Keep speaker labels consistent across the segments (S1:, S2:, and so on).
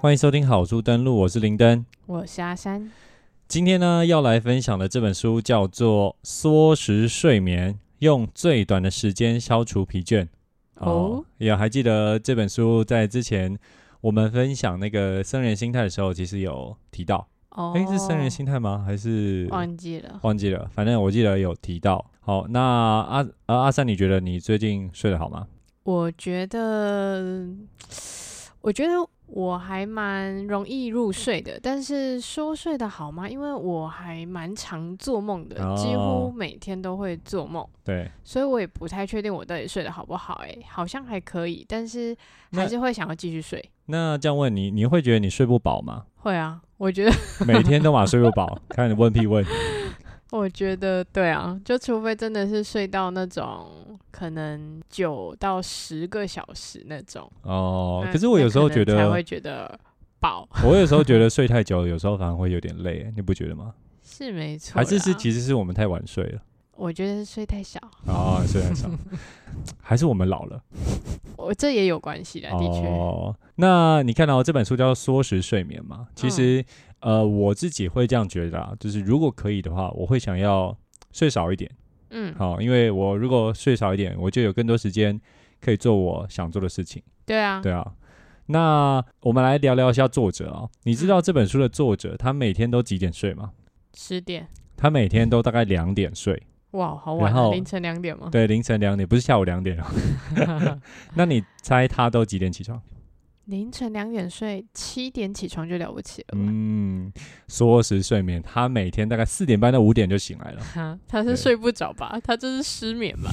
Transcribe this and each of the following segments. S1: 欢迎收听好书登录，我是林登。
S2: 我是阿山，
S1: 今天呢，要来分享的这本书叫做《缩时睡眠：用最短的时间消除疲倦》。
S2: 哦，
S1: 也还记得这本书在之前我们分享那个僧人心态的时候，其实有提到。
S2: 哦，
S1: 诶，是僧人心态吗？还是
S2: 忘记了。
S1: 忘记了？反正我记得有提到。好，那阿呃阿三，你觉得你最近睡得好吗？
S2: 我觉得，我觉得我还蛮容易入睡的，但是说睡得好吗？因为我还蛮常做梦的，几乎
S1: 哦
S2: 每天都会做梦，
S1: 对，
S2: 所以我也不太确定我到底睡得好不好、哎，好像还可以，但是还
S1: 那
S2: 是会想要继续睡。
S1: 那这样问你，你会觉得你睡不饱吗？
S2: 会啊，我觉得，
S1: 每天都嘛睡不饱， 看你问屁问。
S2: 我觉得对啊，就除非真的是睡到那种可能九到十个小时那种。
S1: 哦，
S2: 那
S1: 可是我
S2: 嗯那
S1: 有时候
S2: 能
S1: 觉
S2: 才
S1: 得，
S2: 会觉得饱，
S1: 我有时候觉得睡太久，有时候反而会有点累，你不觉得 吗？
S2: 是没错啦。
S1: 还是是其实是我们太晚睡了
S2: 我觉得是睡太少，
S1: 啊，睡很少， 还是我们老了？
S2: 我这也有关系的，的确。
S1: 哦，那你看到、这本书叫《缩时睡眠》嘛？其实、
S2: 嗯
S1: 呃，我自己会这样觉得啊，就是如果可以的话，我会想要睡少一点，
S2: 嗯，
S1: 好、因为我如果睡少一点，我就有更多时间可以做我想做的事情。
S2: 对啊，
S1: 对啊。那我们来聊聊一下作者啊、你知道这本书的作者他每天都几点睡吗？
S2: 十点，
S1: 他每天都大概两点睡，
S2: 哇，好晚、
S1: 然
S2: 啊，
S1: 后
S2: 凌晨两点吗？
S1: 对，凌晨两点，不是下午两点哦。那你猜他都几点起床？
S2: 凌晨两点睡，七点起床就了不起了吧？
S1: 嗯，缩时睡眠，他每天大概四点半到五点就醒来了。
S2: 哈，他是
S1: 对
S2: 睡不着吧？他这是失眠 吧？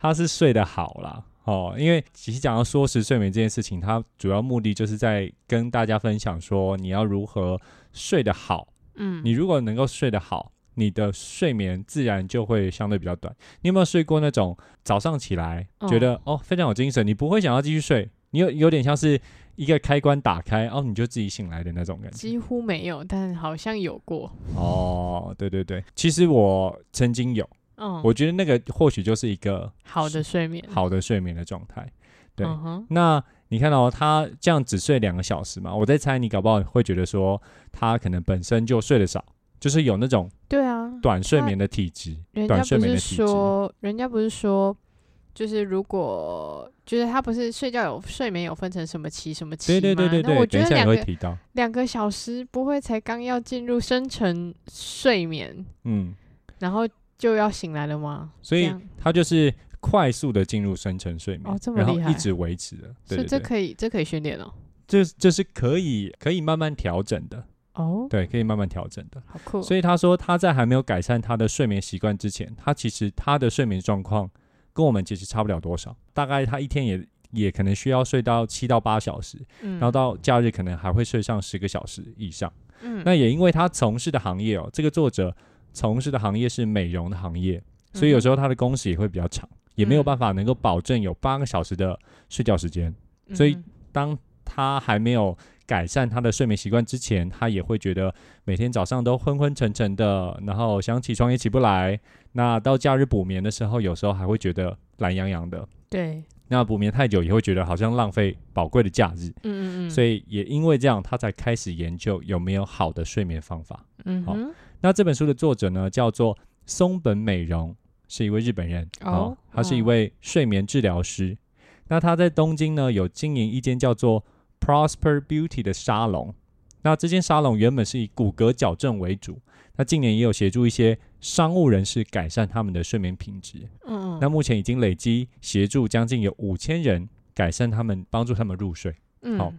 S1: 他是睡得好啦，哦，因为其实讲到缩时睡眠这件事情，它主要目的就是在跟大家分享说，你要如何睡得好，
S2: 嗯，
S1: 你如果能够睡得好，你的睡眠自然就会相对比较短。你有没有睡过那种早上起来
S2: 嗯
S1: 觉得、哦非常有精神，你不会想要继续睡，你有有点像是一个开关打开，哦你就自己醒来的那种感觉？
S2: 几乎没有，但好像有过。
S1: 哦，对对对，其实我曾经有，
S2: 嗯，
S1: 我觉得那个或许就是一个
S2: 好的睡眠，
S1: 好的睡眠的状态。对
S2: 嗯哼，
S1: 那你看到、哦、他这样只睡两个小时嘛？我在猜你搞不好会觉得说他可能本身就睡得少，就是有那种
S2: 对啊，
S1: 短睡
S2: 他
S1: 眠的体质，
S2: 人家
S1: 短
S2: 不
S1: 睡眠
S2: 是
S1: 的体质。
S2: 说，人家不是说，就是如果就是他不是睡觉有睡眠有分成什么期什么期
S1: 对
S2: 吗？
S1: 对对对
S2: 那我
S1: 对，
S2: 觉
S1: 等一
S2: 得
S1: 下也
S2: 两
S1: 会
S2: 个
S1: 提到。
S2: 两个小时不会才刚要进入深沉睡眠，
S1: 嗯，
S2: 然后就要醒来了吗？
S1: 所
S2: 这
S1: 以
S2: 样
S1: 它就是快速的进入深层睡眠，
S2: 哦这么
S1: 然后
S2: 厉
S1: 一
S2: 害
S1: 直维持的。对
S2: 是
S1: 对
S2: 这
S1: 对，
S2: 可以这可以训练哦。
S1: 这这是可以可以慢慢调整的，
S2: 哦，
S1: 对，可以慢慢调整的。
S2: 好酷哦。
S1: 所以他说他在还没有改善他的睡眠习惯之前，他其实他的睡眠状况跟我们其实差不了多少，大概他一天也。也可能需要睡到七到八小时，
S2: 嗯，
S1: 然后到假日可能还会睡上十个小时以上。
S2: 嗯，
S1: 那也因为他从事的行业哦，这个作者从事的行业是美容的行业，所以有时候他的工时也会比较长，嗯也没有办法能够保证有八个小时的睡觉时间。
S2: 嗯
S1: 所以
S2: 嗯
S1: 当他还没有改善他的睡眠习惯之前，他也会觉得每天早上都昏昏沉沉的，然后想起床也起不来。那到假日补眠的时候，有时候还会觉得懒洋洋的。
S2: 对，
S1: 那补眠太久也会觉得好像浪费宝贵的假日，
S2: 嗯嗯嗯，
S1: 所
S2: 以
S1: 以也因为这样，他才开始研究有没有好的睡眠方法。
S2: 嗯
S1: 好
S2: 哼，
S1: 那这本书的作者呢，叫做松本美容，是一位日本人
S2: 哦
S1: 他是一
S2: 嗯
S1: 位睡眠治疗师。那他在东京呢，有经营一间叫做 Prosper Beauty 的沙龙。那这间沙龙原本是以骨骼矫正为主，那近年也有协助一些商务人士改善他们的睡眠品质。
S2: 嗯
S1: 那目前已经累积协助将近有五千人改善他们，帮助他们入睡。
S2: 嗯
S1: 好
S2: 嗯，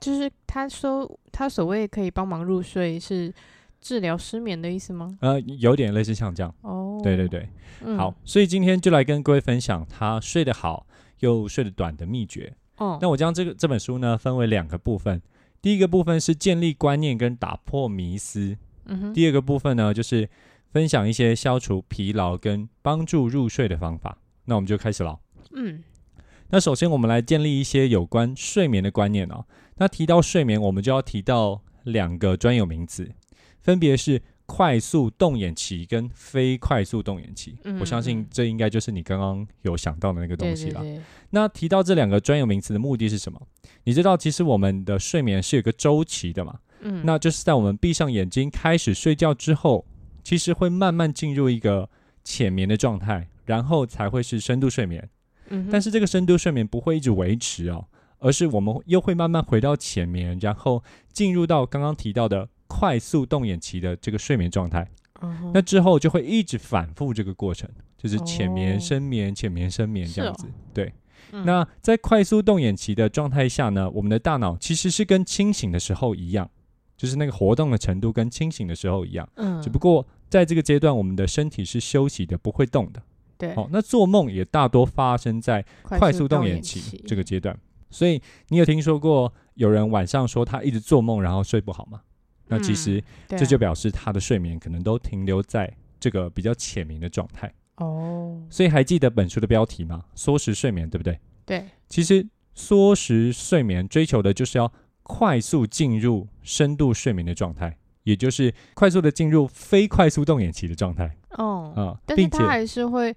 S2: 就是他说他所谓可以帮忙入睡是治疗失眠的意思吗？
S1: 呃，有点类似像这样，
S2: 哦，
S1: 对对对。
S2: 嗯，
S1: 好，所以今天就来跟各位分享他睡得好又睡得短的秘诀。
S2: 哦，
S1: 那我将这个这本书呢分为两个部分，第一个部分是建立观念跟打破迷思，
S2: 嗯哼，
S1: 第二个部分呢就是分享一些消除疲劳跟帮助入睡的方法。那我们就开始了。
S2: 嗯
S1: 那首先我们来建立一些有关睡眠的观念哦。那提到睡眠，我们就要提到两个专有名词，分别是快速动眼期跟非快速动眼期。
S2: 嗯
S1: 我相信这应该就是你刚刚有想到的那个
S2: 对
S1: 东西
S2: 对
S1: 啦。
S2: 对，
S1: 那提到这两个专有名词的目的是什么？你知道，其实我们的睡眠是有一个周期的嘛？
S2: 嗯，
S1: 那就是在我们闭上眼睛开始睡觉之后，其实会慢慢进入一个浅眠的状态，然后才会是深度睡眠。
S2: 嗯哼
S1: 但是这个深度睡眠不会一直维持哦，而是我们又会慢慢回到浅眠，然后进入到刚刚提到的快速动眼期的这个睡眠状态。
S2: 嗯哼
S1: 那之后就会一直反复这个过程，就是浅眠、
S2: 哦
S1: 深眠、浅眠、深眠这样子。对，
S2: 嗯
S1: 那在快速动眼期的状态下呢，我们的大脑其实是跟清醒的时候一样，就是那个活动的程度跟清醒的时候一样，
S2: 嗯，
S1: 只不过在这个阶段，我们的身体是休息的，不会动的。
S2: 对，
S1: 好、那做梦也大多发生在快速动眼
S2: 眼
S1: 期这个阶段。所以你有听说过有人晚上说他一直做梦然后睡不好吗？那其实
S2: 嗯对
S1: 这
S2: 啊
S1: 就表示他的睡眠可能都停留在这个比较浅眠的状态。
S2: 哦，
S1: 所以还记得本书的标题吗？缩时睡眠，对不对？
S2: 对，
S1: 其实缩时睡眠追求的就是要快速进入深度睡眠的状态，也就是快速的进入非快速动眼期的状态
S2: 哦，
S1: 啊、
S2: 但是
S1: 并且
S2: 他还是会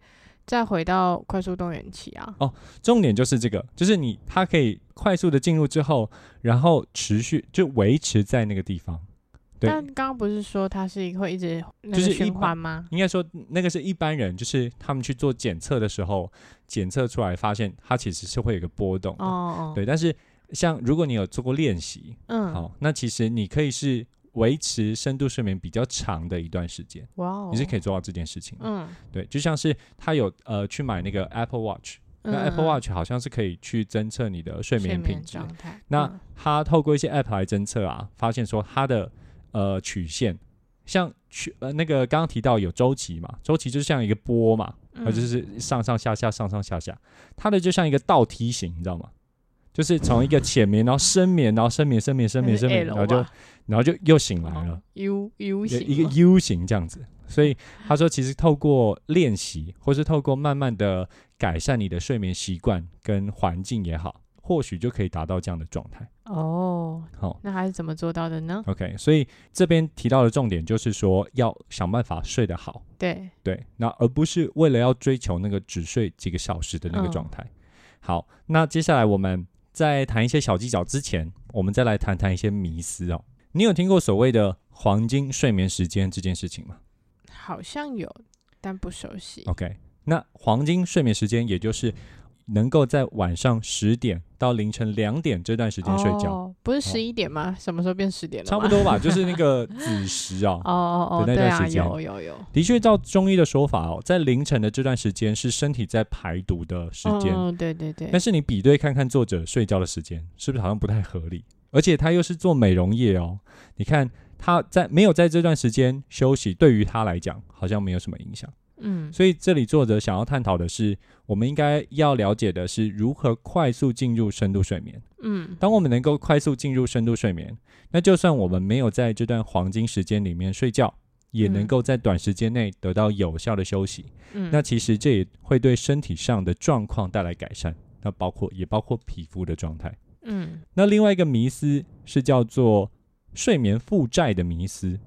S2: 再回到快速动眼期啊。
S1: 重点就是这个，就是你它可以快速的进入之后，然后持续就维持在那个地方。对，
S2: 但刚刚不是说它是会一直那
S1: 就
S2: 个
S1: 是一
S2: 循
S1: 般
S2: 环吗？
S1: 应该说那个是一般人，就是他们去做检测的时候，检测出来发现它其实是会有一个波动的。
S2: 哦哦，，
S1: 对，但是像如果你有做过练习，
S2: 嗯，
S1: 好，那其实你可以是维持深度睡眠比较长的一段时间，
S2: 哇哦，
S1: 你是可以做到这件事情的。
S2: 嗯，
S1: 对，就像是他有呃去买那个 Apple Watch，
S2: 嗯，
S1: 那 Apple
S2: 嗯
S1: Watch 好像是可以去侦测你的睡
S2: 睡
S1: 眠品质。
S2: 状态，
S1: 那它透过一些 App 来侦测啊，发现说它的呃曲线，像曲呃那个刚刚提到有周期嘛，周期就像一个波嘛，
S2: 嗯
S1: 它就，是上上下下上上下下，它的就像一个倒梯形，你知道吗？就是从一个浅眠，然后深眠，然后深眠，深眠，深眠，深眠，然后就然后就又醒来了，
S2: U 啊哦 U
S1: 有
S2: 型
S1: 一个
S2: 嘛
S1: U 型这样子。所以他说，其实透过练习，或是透过慢慢的改善你的睡眠习惯跟环境也好，或许就可以达到这样的状态。
S2: 哦，
S1: 好、
S2: 那他是怎么做到的呢？
S1: OK，所以这边提到的重点就是说，要想办法睡得好，
S2: 对，
S1: 对，那而不是为了要追求那个只睡几个小时的那个
S2: 嗯
S1: 状态。好，那接下来我们在谈一些小技巧之前，我们再来谈谈一些迷思哦。你有听过所谓的黄金睡眠时间这件事情吗
S2: 好像有，但不熟悉。
S1: ？OK，那黄金睡眠时间也就是能够在晚上十点到凌晨两点这段时间睡觉，
S2: 哦，不是十一点吗？什么时候变十点了？
S1: 差不。多吧，就是那个子时啊、
S2: 哦哦哦，
S1: 的那
S2: 对
S1: 段
S2: 啊，
S1: 时间
S2: 有有有，
S1: 的确，照中医的说法哦，在凌晨的这段时间是身体在排毒的时间，
S2: 嗯，对对对
S1: 但，是你比对看看作者睡觉的时间，是不是好像不太合理？而且他又是做美容业哦，你看他在没有在这段时间休息，对于他来讲好像没有什么影响。
S2: 嗯，
S1: 所以这里作者想要探讨的是，我们应该要了解的是如何快速进入深度睡眠。
S2: 嗯，
S1: 当我们能够快速进入深度睡眠，那就算我们没有在这段黄金时间里面睡觉，也能
S2: 嗯
S1: 够在短时间内得到有效的休息。
S2: 嗯
S1: 那其实这也会对身体上的状况带来改善，那包括也包括皮肤的状态。
S2: 嗯，
S1: 那另外一个迷思是叫做睡眠负债的迷思。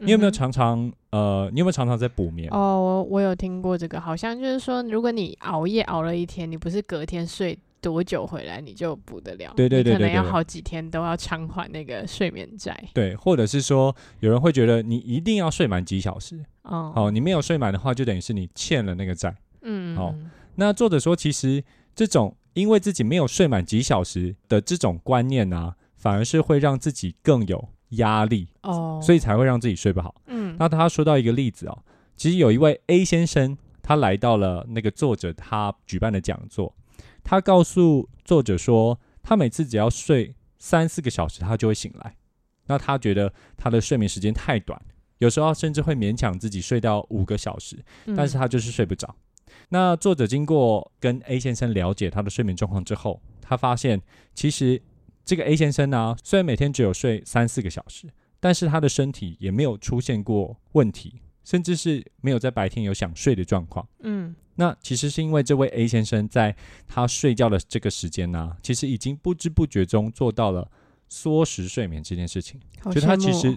S1: 你有没有
S2: 嗯哼
S1: 常常、呃，你有没有常常在补眠？
S2: 哦，我我有听过这个，好像就是说，如果你熬夜熬了一天，你不是隔天睡多久回来你就补得了，
S1: 对对对
S2: 你可
S1: 对
S2: 能
S1: 对
S2: 要
S1: 对
S2: 好几天都要偿还那个睡眠债。
S1: 对，或者是说有人会觉得你一定要睡满几小时，
S2: 哦，
S1: 哦，你没有睡满的话，就等于是你欠了那个债。
S2: 嗯，
S1: 好
S2: 嗯
S1: 那作者说，其实这种因为自己没有睡满几小时的这种观念啊，反而是会让自己更有压力，
S2: 哦，
S1: 所
S2: 以，
S1: 以啊才会让自己睡不好。
S2: 嗯，
S1: 那他说到一个例子哦，其实有一位 A 先生，他来到了那个作者他举办的讲座，他告诉作者说，他每次只要睡三四个小时，他就会醒来。那他觉得他的睡眠时间太短，有时候甚至会勉强自己睡到五个小时，但是
S2: 嗯
S1: 他就是睡不着。那作者经过跟 A 先生了解他的睡眠状况之后，他发现其实这个 A 先生呢、虽然每天只有睡三四个小时，但是他的身体也没有出现过问题，甚至是没有在白天有想睡的状况。
S2: 嗯
S1: 那其实是因为这位 A 先生在他睡觉的这个时间呢、其实已经不知不觉中做到了缩时睡眠这件事情，
S2: 好
S1: 就他
S2: 羡
S1: 其
S2: 慕
S1: 实
S2: 哦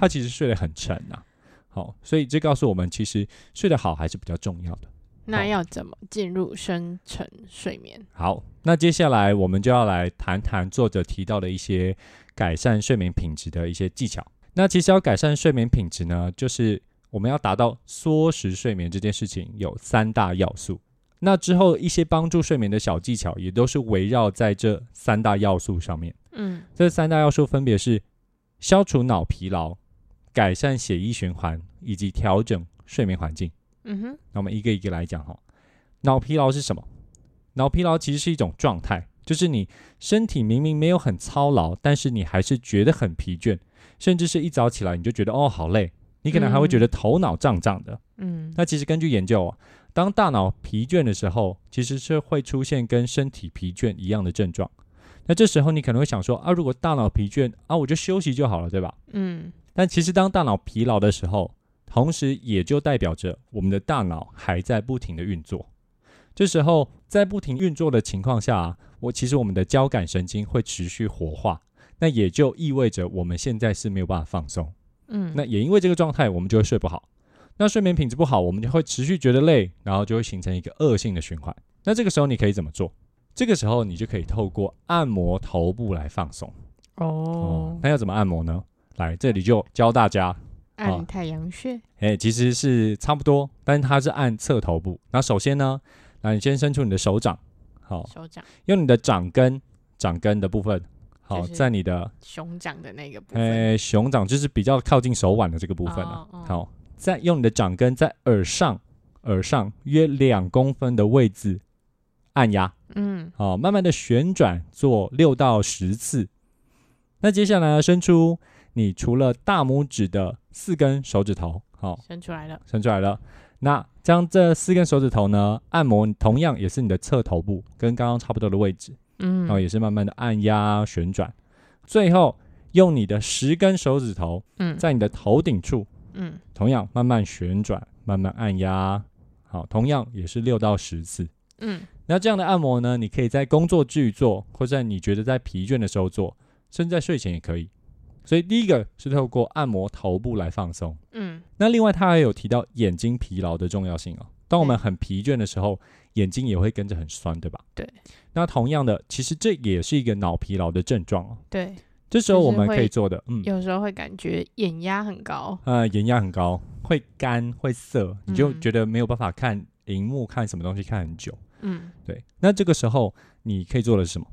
S1: 他其实睡得很沉呐、啊好，所以这告诉我们，其实睡得好还是比较重要的。好
S2: 那要怎么进入深层睡眠？
S1: 好，那接下来我们就要来谈谈作者提到的一些改善睡眠品质的一些技巧。那其实要改善睡眠品质呢，就是我们要达到缩时睡眠这件事情有三大要素。那之后一些帮助睡眠的小技巧也都是围绕在这三大要素上面。
S2: 嗯
S1: 这三大要素分别是消除脑疲劳、改善血液循环以及调整睡眠环境。
S2: 嗯哼，
S1: 那我们一个一个来讲哈。脑疲劳是什么？脑疲劳其实是一种状态，就是你身体明明没有很操劳，但是你还是觉得很疲倦，甚至是一早起来你就觉得哦好累，你可能还会觉得头脑胀胀的。
S2: 嗯
S1: 那其实根据研究啊，当大脑疲倦的时候，其实是会出现跟身体疲倦一样的症状。那这时候你可能会想说啊，如果大脑疲倦啊，我就休息就好了，对吧？
S2: 嗯
S1: 但其实当大脑疲劳的时候，同时也就代表着我们的大脑还在不停的运作。这时候在不停运作的情况下啊，我其实我们的交感神经会持续活化，那也就意味着我们现在是没有办法放松。
S2: 嗯，
S1: 那也因为这个状态，我们就会睡不好。那睡眠品质不好，我们就会持续觉得累，然后就会形成一个恶性的循环。那这个时候你可以怎么做？这个时候你就可以透过按摩头部来放松。
S2: 哦，
S1: 那要怎么按摩呢？来，这里就教大家。
S2: 按
S1: 哦
S2: 太阳穴，
S1: 哎、其实是差不多，但是它是按侧头部。那首先呢，那你先伸出你的手掌，好，
S2: 手掌、
S1: 用你的掌根，掌根的部分，好，
S2: 就是
S1: 在你的
S2: 熊掌的那个部分，
S1: 哎、熊掌，就是比较靠近手腕的这个部分啊。
S2: 哦，哦，
S1: 好，再用你的掌根在耳上，耳上约两公分的位置按压，
S2: 嗯
S1: 好、慢慢的旋转做六到十次。那接下来呢，伸出你除了大拇指的四根手指头，好、
S2: 伸出来了，
S1: 伸出来了。那将这四根手指头呢，按摩同样也是你的侧头部，跟刚刚差不多的位置，
S2: 嗯
S1: 然后也是慢慢的按压旋转，最后用你的十根手指头
S2: 嗯
S1: 在你的头顶处
S2: 嗯
S1: 同样慢慢旋转，慢慢按压，好，同样也是六到十次。
S2: 嗯
S1: 那这样的按摩呢，你可以在工作之余做，或者在你觉得在疲倦的时候做，甚至在睡前也可以。所以第一个是透过按摩头部来放松。
S2: 嗯
S1: 那另外，他还有提到眼睛疲劳的重要性哦。当我们很疲倦的时候，眼睛也会跟着很酸，对吧？
S2: 对。
S1: 那同样的，其实这也是一个脑疲劳的症状哦。
S2: 对，
S1: 这时候
S2: 就是
S1: 我们可以
S2: 会
S1: 做的，嗯，
S2: 有时候会感觉眼压很高，
S1: 呃，眼压很高，会干会涩，你就
S2: 嗯
S1: 觉得没有办法看荧幕，看什么东西看很久。
S2: 嗯，
S1: 对，那这个时候你可以做的是什么？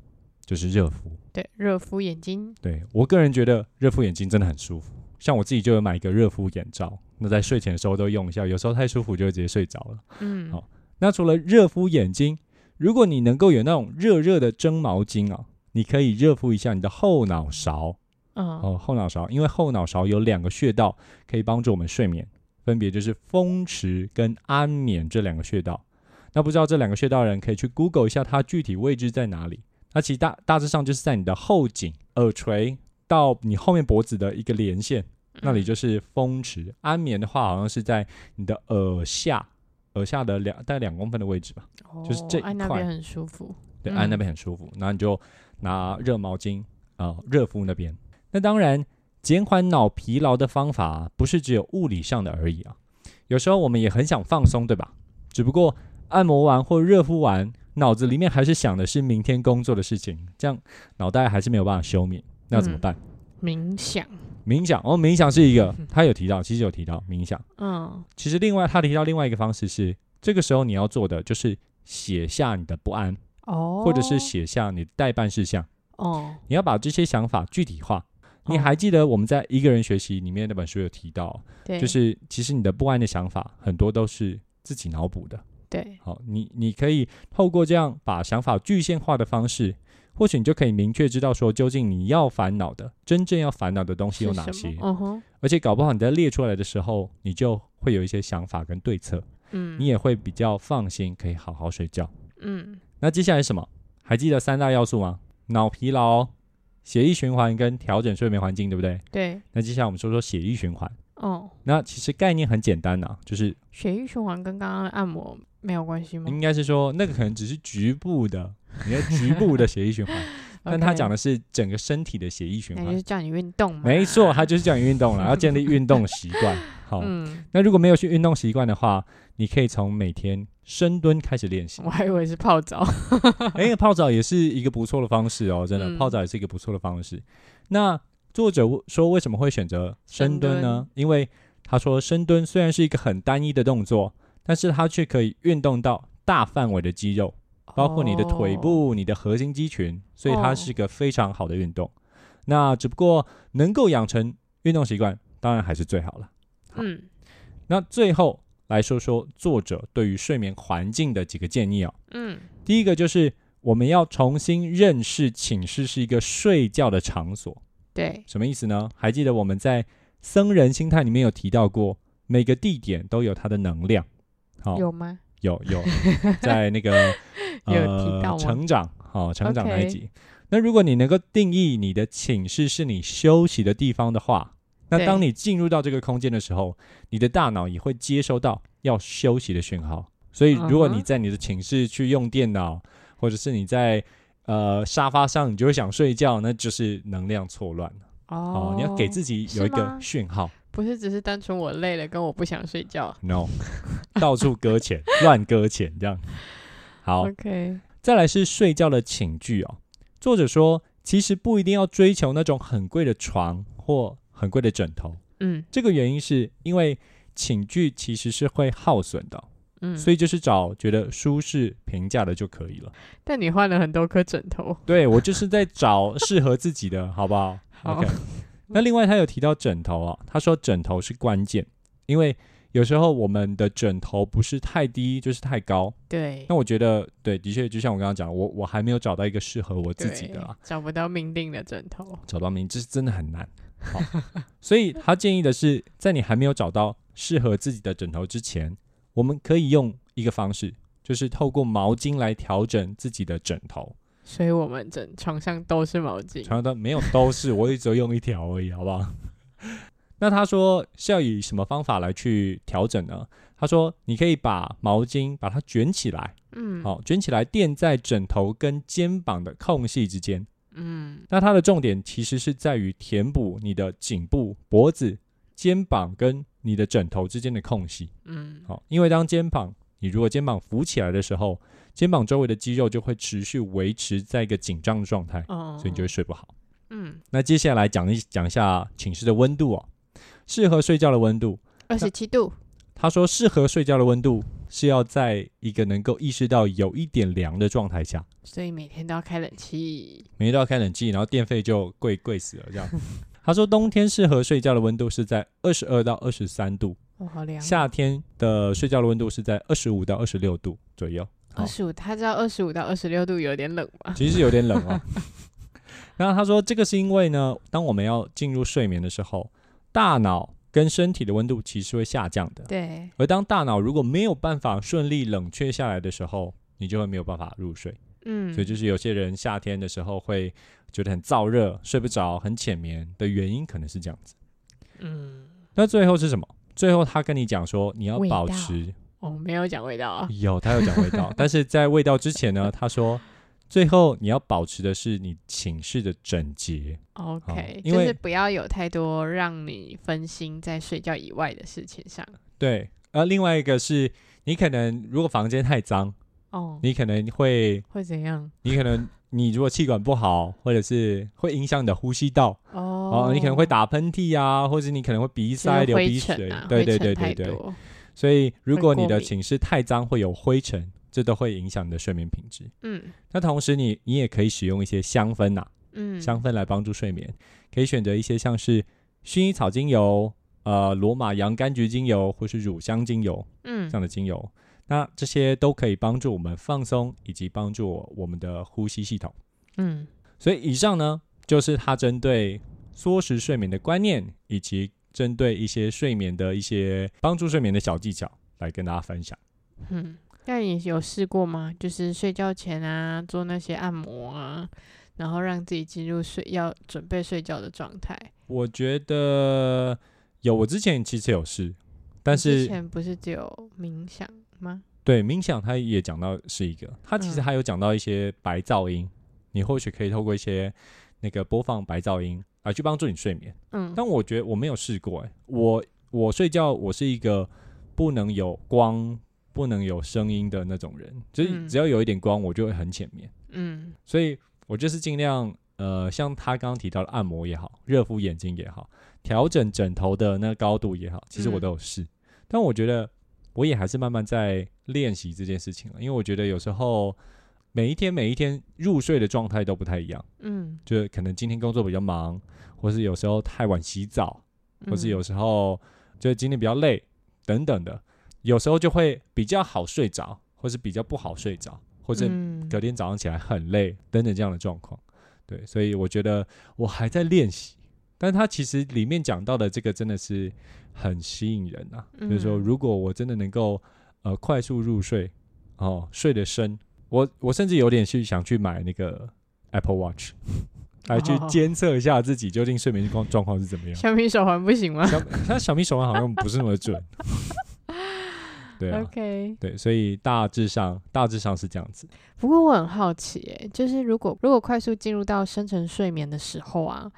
S1: 就是热敷。
S2: 对，热敷眼睛，
S1: 对我个人觉得热敷眼睛真的很舒服，像我自己就有买一个热敷眼罩，那在睡前的时候都用一下，有时候太舒服就会直接睡着了。
S2: 嗯，
S1: 好那除了热敷眼睛，如果你能够有那种热热的蒸毛巾啊，你可以热敷一下你的后脑勺
S2: 嗯
S1: 哦，后脑勺，因为后脑勺有两个穴道可以帮助我们睡眠，分别就是风池跟安眠这两个穴道。那不知道这两个穴道的人可以去 Google 一下它具体位置在哪里。那其实大大致上就是在你的后颈、耳垂到你后面脖子的一个连线，那
S2: 嗯
S1: 里就是风池。安眠的话，好像是在你的耳下，耳下的两大概两公分的位置吧。就是这
S2: 哦哎
S1: 一
S2: 那
S1: 块
S2: 边很舒服，
S1: 对，
S2: 嗯
S1: 按那边很舒服。然后你就拿热毛巾啊、呃热敷那边。那当然，减缓脑疲劳的方法啊不是只有物理上的而已啊，有时候我们也很想放松，对吧？只不过按摩完或热敷完，脑子里面还是想的是明天工作的事情，这样脑袋还是没有办法休眠。那怎么
S2: 嗯
S1: 办？
S2: 冥想，
S1: 冥想哦，冥想是一个，他有提到，其实有提到冥想。
S2: 嗯
S1: 其实另外他提到另外一个方式是，这个时候你要做的就是写下你的不安，
S2: 哦，
S1: 或者是写下你的代办事项。
S2: 哦，
S1: 你要把这些想法具体化。你
S2: 哦
S1: 还记得我们在《一个人学习》里面那本书有提到，
S2: 对，
S1: 就是其实你的不安的想法很多都是自己脑补的。
S2: 对，
S1: 好，你你可以透过这样把想法具现化的方式，或许你就可以明确知道说究竟你要烦恼的、真正要烦恼的东西有
S2: 是
S1: 哪
S2: 什么
S1: 些。
S2: 嗯哼，
S1: 而且搞不好你在列出来的时候，你就会有一些想法跟对策，
S2: 嗯，
S1: 你也会比较放心，可以好好睡觉。
S2: 嗯
S1: 那接下来是什么？还记得三大要素吗？脑疲劳、血液循环跟调整睡眠环境，对不对？
S2: 对，
S1: 那接下来我们说说血液循环。
S2: 哦，
S1: 那其实概念很简单呐、就是
S2: 血液循环跟刚刚的按摩没有关系吗？
S1: 应该是说那个可能只是局部的，你的局部的血液循环，但他讲
S2: 的
S1: 的是整个身体的血液循
S2: 那就
S1: 环
S2: 是。叫你运动嘛，
S1: 没错，他就是讲运动了，要建立运动习惯。好，
S2: 嗯，
S1: 那如果没有去运动习惯的话，你可以从每天深蹲开始练习。
S2: 我还以为是泡澡，
S1: 哎、泡澡也是一个不错的方式哦，真的，
S2: 嗯
S1: 泡澡也是一个不错的方式。那作者说为什么会选择深蹲呢？因为他说深蹲虽然是一个很单一的动作，但是它却可以运动到大范围的肌肉，包括你的腿部、你的核心肌群，所以它
S2: 哦
S1: 是个非常好的运动。那只不过能够养成运动习惯，当然还是最好了。
S2: 哦，嗯
S1: 那最后来说说作者对于睡眠环境的几个建议哦。
S2: 嗯
S1: 第一个就是我们要重新认识寝室是一个睡觉的场所，
S2: 对，
S1: 什么意思呢？还记得我们在僧人心态里面有提到过，每个地点都有它的能量。好，
S2: 有吗？
S1: 有有， 在那个
S2: 有提到吗
S1: 呃成长，好、成长那一
S2: OK
S1: 集。那如果你能够定义你的寝室是你休息的地方的话，那
S2: 对
S1: 当你进入到这个空间的时候，你的大脑也会接收到要休息的讯号。所以，如果
S2: 嗯
S1: 你
S2: 哼
S1: 在你的寝室去用电脑，或者是你在呃沙发上，你就会想睡觉，那就是能量错乱了
S2: 哦
S1: 哦。你要给自己有
S2: 是
S1: 一个
S2: 吗
S1: 讯号
S2: 不是只是单纯我累了，跟我不想睡觉。
S1: ，no，到处搁浅， 乱搁浅这样。好，
S2: OK，
S1: 再来是睡觉的寝具哦。作者说，其实不一定要追求那种很贵的床或很贵的枕头，
S2: 嗯
S1: 这个原因是因为寝具其实是会耗损的哦，
S2: 嗯，
S1: 所以就是找觉得舒适平价的就可以了。
S2: 但你换了很多颗枕头，
S1: 对我就是在找适合自己 的，好不好
S2: 好
S1: o k 那另外他有提到枕头啊，他说枕头是关键，因为有时候我们的枕头不是太低就是太高，
S2: 对
S1: 那，我觉得，对，的确，就像我刚刚讲，我我还没有找到一个适合我自己的啊啦，
S2: 找不到命定的枕头。
S1: 找到名，这是真的很难。好，所以他建议的是，在你还没有找到适合自己的枕头之前，我们可以用一个方式，就是透过毛巾来调整自己的枕头。
S2: 所以我们枕床上都是毛巾。
S1: 传到没有都是，我也只有用一条而已，好不好？ 那他说是要以什么方法来去调整呢？他说你可以把毛巾把它卷起来，
S2: 嗯，
S1: 好、卷起来垫在枕头跟肩膀的空隙之间。
S2: 嗯，
S1: 那它的重点其实是在于填补你的颈部、脖子、肩膀跟你的枕头之间的空隙。
S2: 嗯
S1: 好、因为当肩膀你如果肩膀浮起来的时候，肩膀周围的肌肉就会持续维持在一个紧张的状态，
S2: 哦，
S1: 所以你就会睡不好。
S2: 嗯，
S1: 那接下来讲一讲一下寝室的温度哦，适合睡觉的温度。
S2: 二十七度，
S1: 他说，适合睡觉的温度是要在一个能够意识到有一点凉的状态下，
S2: 所以每天都要开冷气。
S1: 每天都要开冷气，然后电费就贵贵死了这样。 他说冬天适合睡觉的温度是在二十二到二十三度，
S2: 哦，好凉。
S1: 夏天的睡觉的温度是在二十五到二十六度左右。
S2: 二十五，他知道二十五到二十六度有点冷吧？
S1: 其实有点冷哦。 然后他说，这个是因为呢，当我们要进入睡眠的时候，大脑跟身体的温度其实会下降的。
S2: 对，
S1: 而当大脑如果没有办法顺利冷却下来的时候，你就会没有办法入睡。
S2: 嗯，
S1: 所以就是有些人夏天的时候会觉得很燥热、睡不着、很浅眠的原因，可能是这样子。
S2: 嗯，
S1: 那最后是什么？最后他跟你讲说，你要
S2: 味
S1: 保
S2: 道
S1: 持
S2: 我没有讲味道啊。
S1: 有，他有讲味道，但是在味道之前呢，他说最后你要保持的是你寝室的整洁。
S2: OK，
S1: 因
S2: 就
S1: 为
S2: 是不要有太多让你分心在睡觉以外的事情上。
S1: 对，而另外一个是你可能如果房间太脏，
S2: 哦，
S1: 你可能会，
S2: 会怎样？
S1: 你可能你如果气管不好，或者是会影响你的呼吸道。
S2: 哦
S1: 哦，，你可能会打喷嚏啊，或者你可能会鼻
S2: 就是
S1: 塞、流
S2: 灰
S1: 鼻
S2: 尘
S1: 水，
S2: 啊
S1: 对
S2: 灰
S1: 对
S2: 尘
S1: 对
S2: 太
S1: 对对。
S2: 多
S1: 所以如
S2: 会
S1: 果你
S2: 过
S1: 的
S2: 敏
S1: 寝室太脏，会有灰尘，这都会影响你的睡眠品质。
S2: 嗯
S1: 那同时你，你也可以使用一些香氛呐、啊
S2: 嗯，
S1: 香氛来帮助睡眠，可以选择一些像是薰衣草精油、呃罗马洋甘菊精油或是乳香精油
S2: 嗯
S1: 这样的精油。那这些都可以帮助我们放松，以及帮助我我们的呼吸系统。
S2: 嗯
S1: 所以以上呢，就是他针对缩时睡眠的观念，以及针对一些睡眠的一些帮助睡眠的小技巧来跟大家分享。
S2: 嗯。那你有试过吗？就是睡觉前啊，做那些按摩啊，然后让自己进入睡要准备睡觉的状态。
S1: 我觉得有，我之前其实有试，但
S2: 你之
S1: 是
S2: 前不是只有冥想吗？
S1: 对冥想，他也讲到是一个，他其实
S2: 嗯
S1: 还有讲到一些白噪音，你或许可以透过一些那个播放白噪音来去帮助你睡眠。
S2: 嗯，
S1: 但我觉得我没有试过、欸，我我睡觉我是一个不能有光、不能有声音的那种人，就是
S2: 嗯
S1: 只要有一点光，我就会很浅眠。
S2: 嗯
S1: 所以我就是尽量呃，像他刚刚提到的按摩也好，热敷眼睛也好，调整枕头的那个高度也好，其实我
S2: 嗯
S1: 都有试。但我觉得我也还是慢慢在练习这件事情了，因为我觉得有时候每一天每一天入睡的状态都不太一样，
S2: 嗯，
S1: 就是可能今天工作比较忙，或是有时候太晚洗澡，或是
S2: 嗯
S1: 有时候就是今天比较累等等的，有时候就会比较好睡着，或是比较不好睡着，或者
S2: 嗯
S1: 隔天早上起来很累等等这样的状况。对，所以我觉得我还在练习，但他其实里面讲到的这个真的是很吸引人啊，就是说
S2: 嗯
S1: 如果我真的能够呃快速入睡，哦，睡得深，我我甚至有点去想去买那个 Apple Watch。来 去
S2: 哦
S1: 监测一下自己究竟睡眠状状况是怎么样。
S2: 橡皮手环不行吗
S1: 小 像小米手环好像不是那么 准。对啊，
S2: ？OK，
S1: 对，所以大致上大致上是这样子。
S2: 不过我很好奇、诶，就是如果如果快速进入到深层睡眠的时候啊，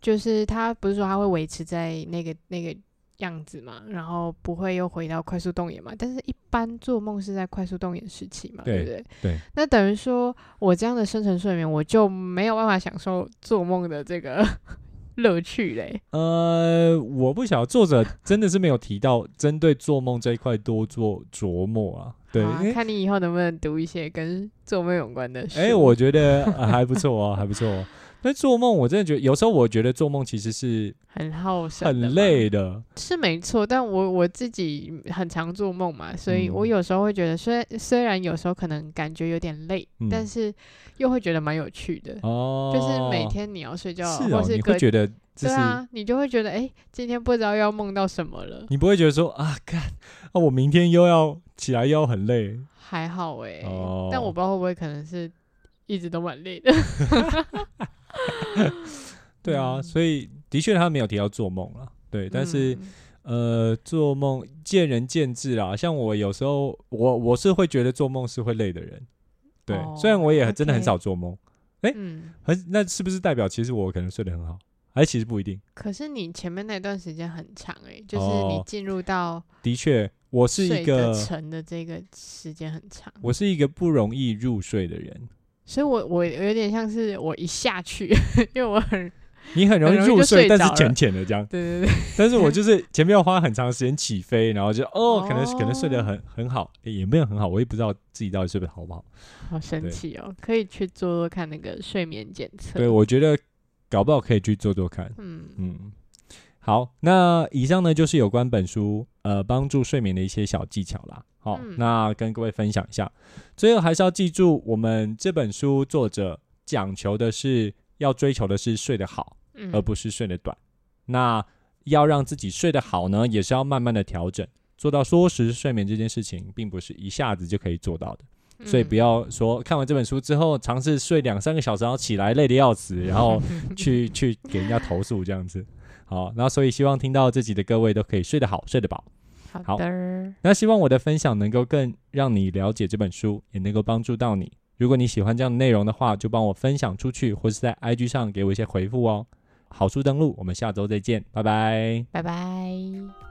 S2: 就是它不是说它会维持在那个那个样子嘛，然后不会又回到快速动眼嘛？但是一般做梦是在快速动眼时期嘛，
S1: 对
S2: 不对？
S1: 对。
S2: 那等于说我这样的深层睡眠，我就没有办法享受做梦的这个 乐趣嘞。
S1: 呃，我不晓得作者真的是没有提到针对做梦这一块多做琢磨啊。对，
S2: 好啊
S1: 因为
S2: 看你以后能不能读一些跟做梦有关的书。
S1: 哎、我觉得、呃还不错哦，还 不错哦。但做梦我真的觉得，有时候我觉得做梦其实是
S2: 很耗神，
S1: 很累的。
S2: 是没错，但我我自己很常做梦嘛，所以我
S1: 嗯
S2: 有时候会觉得，虽虽然有时候可能感觉有点累，
S1: 嗯
S2: 但是又会觉得蛮有趣的。
S1: 哦，
S2: 就是每天你要睡觉，
S1: 是
S2: 或
S1: 哦，
S2: 是
S1: 你
S2: 隔
S1: 会觉得这
S2: 对
S1: 是、
S2: 啊，你就会觉得，哎、今天不知道要梦到什么了。
S1: 你不会觉得说啊，干啊，我明天又要起来又要很累，
S2: 还好哎、
S1: 哦
S2: 但我不知道会不会可能是一直都蛮累的。
S1: 对啊，
S2: 嗯
S1: 所以的确他没有提到做梦啦，对，但是、
S2: 嗯
S1: 呃，做梦见仁见智啦。像我有时候，我我是会觉得做梦是会累的人，对，
S2: 哦
S1: 虽然我也真的很
S2: OK
S1: 少做梦，
S2: 嗯，
S1: 很那是不是代表其实我可能睡得很好？哎，其实不一定，
S2: 可是你前面那段时间很长哎、就是
S1: 哦
S2: 你进入到
S1: 的确我是
S2: 睡
S1: 一
S2: 得
S1: 个
S2: 沉的这个时间很长。
S1: 我是一个不容易入睡的人，
S2: 所以我我有点像是我一下去， 因为我很
S1: 你很容易
S2: 很容易
S1: 入
S2: 就
S1: 睡，
S2: 睡
S1: 但是
S2: 着
S1: 浅
S2: 了，
S1: 浅的这样
S2: 对对对，
S1: 但是我就是前面要花很长时间起飞，然后就哦，可能可能睡得很很好、诶也没有很好，我也不知道自己到底睡得好不好。
S2: 好神
S1: 对
S2: 奇哦，可以去做做看那个睡眠检测。
S1: 对，我觉得搞不好可以去做做看。
S2: 嗯，
S1: 嗯，好，那以上呢就是有关本书呃帮助睡眠的一些小技巧啦。好、
S2: 嗯
S1: 那跟各位分享一下。最后还是要记住，我们这本书作者讲求的是要追求的是睡得好，
S2: 嗯
S1: 呃而不是睡得短。那要让自己睡得好呢，也是要慢慢的调整，做到缩时睡眠这件事情，并不是一下子就可以做到的。
S2: 嗯
S1: 所以不
S2: 要
S1: 要说看完这本书之后尝试睡两三个小时，然后起来累得要死，然后去去给人家投诉这样子。好，然后所以希望听到这集的各位都可以睡得好，睡得饱。好
S2: 好的，
S1: 那希望我的分享能够更让你了解这本书，也能够帮助到你。如果你喜欢这样的内容的话，就帮我分享出去，或是在 IG 上给我一些回复哦。好书登录，我们下周再见，拜拜。
S2: 拜拜。